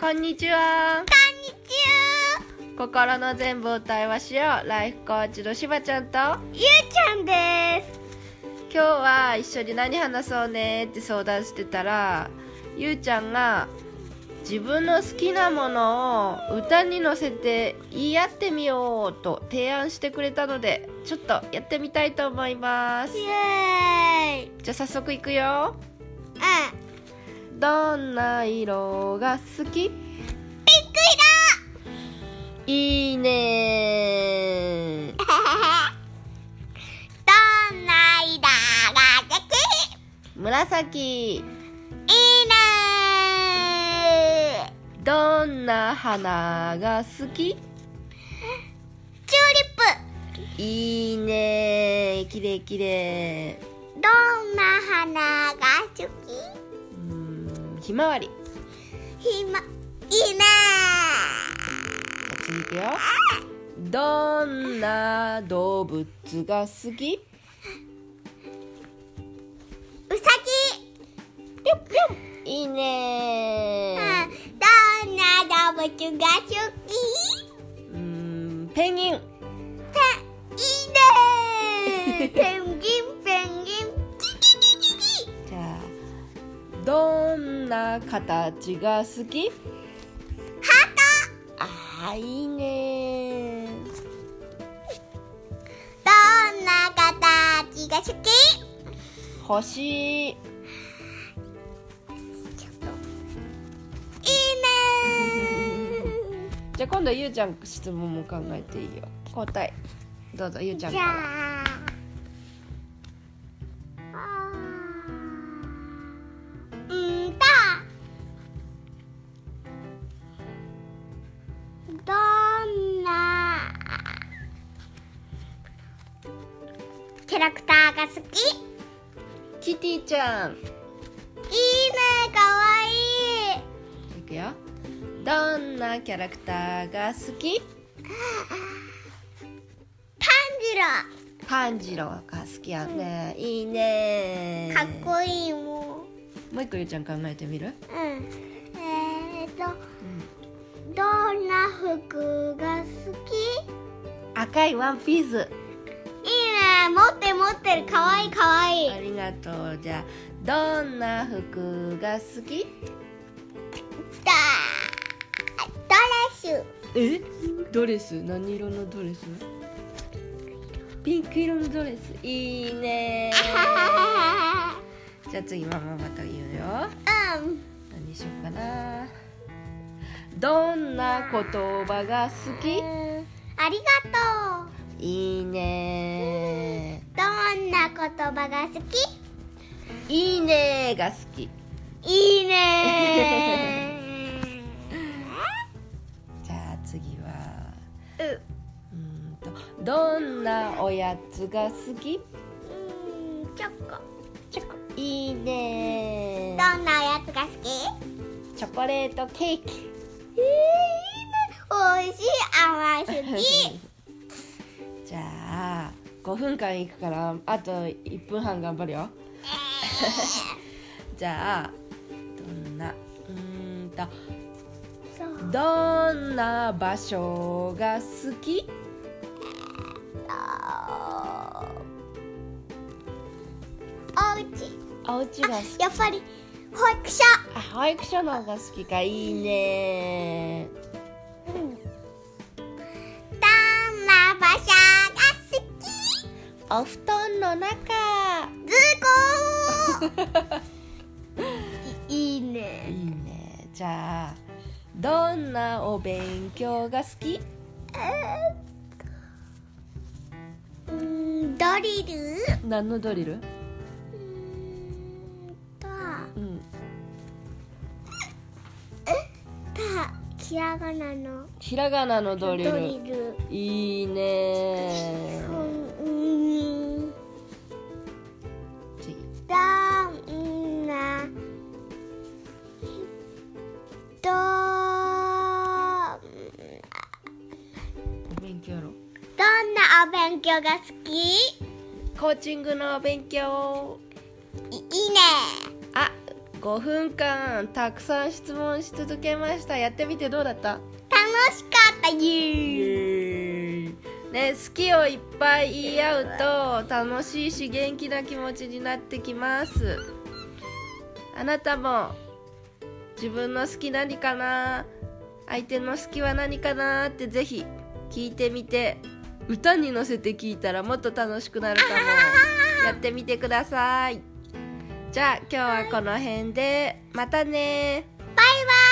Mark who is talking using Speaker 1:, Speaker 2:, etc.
Speaker 1: こんにちは
Speaker 2: こんにちは
Speaker 1: 心の全部を対話しようライフコーチのしばちゃんと今
Speaker 2: ゆうちゃんです
Speaker 1: 日は一緒に何話そうねって相談してたらゆうちゃんが自分の好きなものを歌に乗せて言い合ってみようと提案してくれたのでちょっとやってみたいと思います
Speaker 2: イエーイ
Speaker 1: じゃあ早速いくよ
Speaker 2: うん
Speaker 1: どんな色が好き
Speaker 2: ピンク
Speaker 1: いいね
Speaker 2: 色どんな色が好き
Speaker 1: 紫
Speaker 2: いいね
Speaker 1: どんな花が好き
Speaker 2: チュ
Speaker 1: いいねきれいきれ
Speaker 2: ーリッ
Speaker 1: い
Speaker 2: プどんな花が好き
Speaker 1: うーんひまわり
Speaker 2: ひまいいね
Speaker 1: 次いくよどんな動物が好き
Speaker 2: うさぎ
Speaker 1: いいね
Speaker 2: うんどんな動物が好き
Speaker 1: うーんペンギン
Speaker 2: ペンいいねペンギンペンギンキキキキキ
Speaker 1: じゃあどんな形が好き
Speaker 2: ハート
Speaker 1: あーいいね
Speaker 2: どんな形が好き
Speaker 1: 星い
Speaker 2: いいね
Speaker 1: じゃあ今度ゆうちゃん質問も考えていいよ交代どうぞゆうちゃん
Speaker 2: じ
Speaker 1: か
Speaker 2: ゃ
Speaker 1: ら
Speaker 2: ああーうんとどんなキャラクターが好きいいね
Speaker 1: キティちゃん
Speaker 2: かわいい
Speaker 1: いくよどんなキャラクターが好き
Speaker 2: パン
Speaker 1: パンジローが好きやねい
Speaker 2: ジ
Speaker 1: いね
Speaker 2: ローかっこいいもん
Speaker 1: もう一個ゆうちゃん考えてみる
Speaker 2: うんえー、と、どんな服が好き
Speaker 1: 赤いワンピース
Speaker 2: いいね持って持ってるかわいいかわいい
Speaker 1: ありがとうじゃあどんな服が好き
Speaker 2: だドレス
Speaker 1: えドレス何色のドレスピンク色のドレスいいねじゃあ次ママまた言うよ
Speaker 2: うん
Speaker 1: 何しようかなどんな言葉が好き
Speaker 2: うんありがとう
Speaker 1: いいね
Speaker 2: どんな言葉が好き
Speaker 1: いいねが好き
Speaker 2: いいね
Speaker 1: じゃあ次は
Speaker 2: う
Speaker 1: うーんとどんなおやつが好き
Speaker 2: うんチョコ
Speaker 1: チョコいいね
Speaker 2: どんなおやつが好き
Speaker 1: チョコレートケーキ
Speaker 2: えー、いいね。美味しい甘い好 き。
Speaker 1: じゃあ5分間いくからあと1分半頑張るよじゃあどんなうーんと
Speaker 2: そう。
Speaker 1: どんな場所が好き
Speaker 2: おうち。
Speaker 1: お家が好き
Speaker 2: やっぱり保育所。
Speaker 1: あ保育所の方が好きかいいね
Speaker 2: どんな場所が好き？
Speaker 1: お布団の中
Speaker 2: 図工。いい
Speaker 1: い
Speaker 2: ね。
Speaker 1: いねじゃあどんなお勉強が好き
Speaker 2: うん、ドリル。
Speaker 1: 何のドリル
Speaker 2: うんと、
Speaker 1: うん
Speaker 2: た、ひらがなの
Speaker 1: ひらがなのド
Speaker 2: ド
Speaker 1: リル
Speaker 2: リル。
Speaker 1: いいね
Speaker 2: うん。うん
Speaker 1: 次
Speaker 2: どんなど
Speaker 1: お勉強やろう
Speaker 2: どんなお勉強が好きい
Speaker 1: コーチングのお勉強
Speaker 2: いいね
Speaker 1: あ5分間たくさん質問し続けましたやってみてどうだった
Speaker 2: 楽しかったゆー
Speaker 1: ね、好きをいっぱい言い合うと楽しいし元気な気持ちになってきますあなたも自分の好き何かな相手の好きは何かなってぜひ聞いてみて歌に乗せて聞いたらもっと楽しくなるかもやってみてくださいじゃあ今日はこの辺でまたね
Speaker 2: バイバイ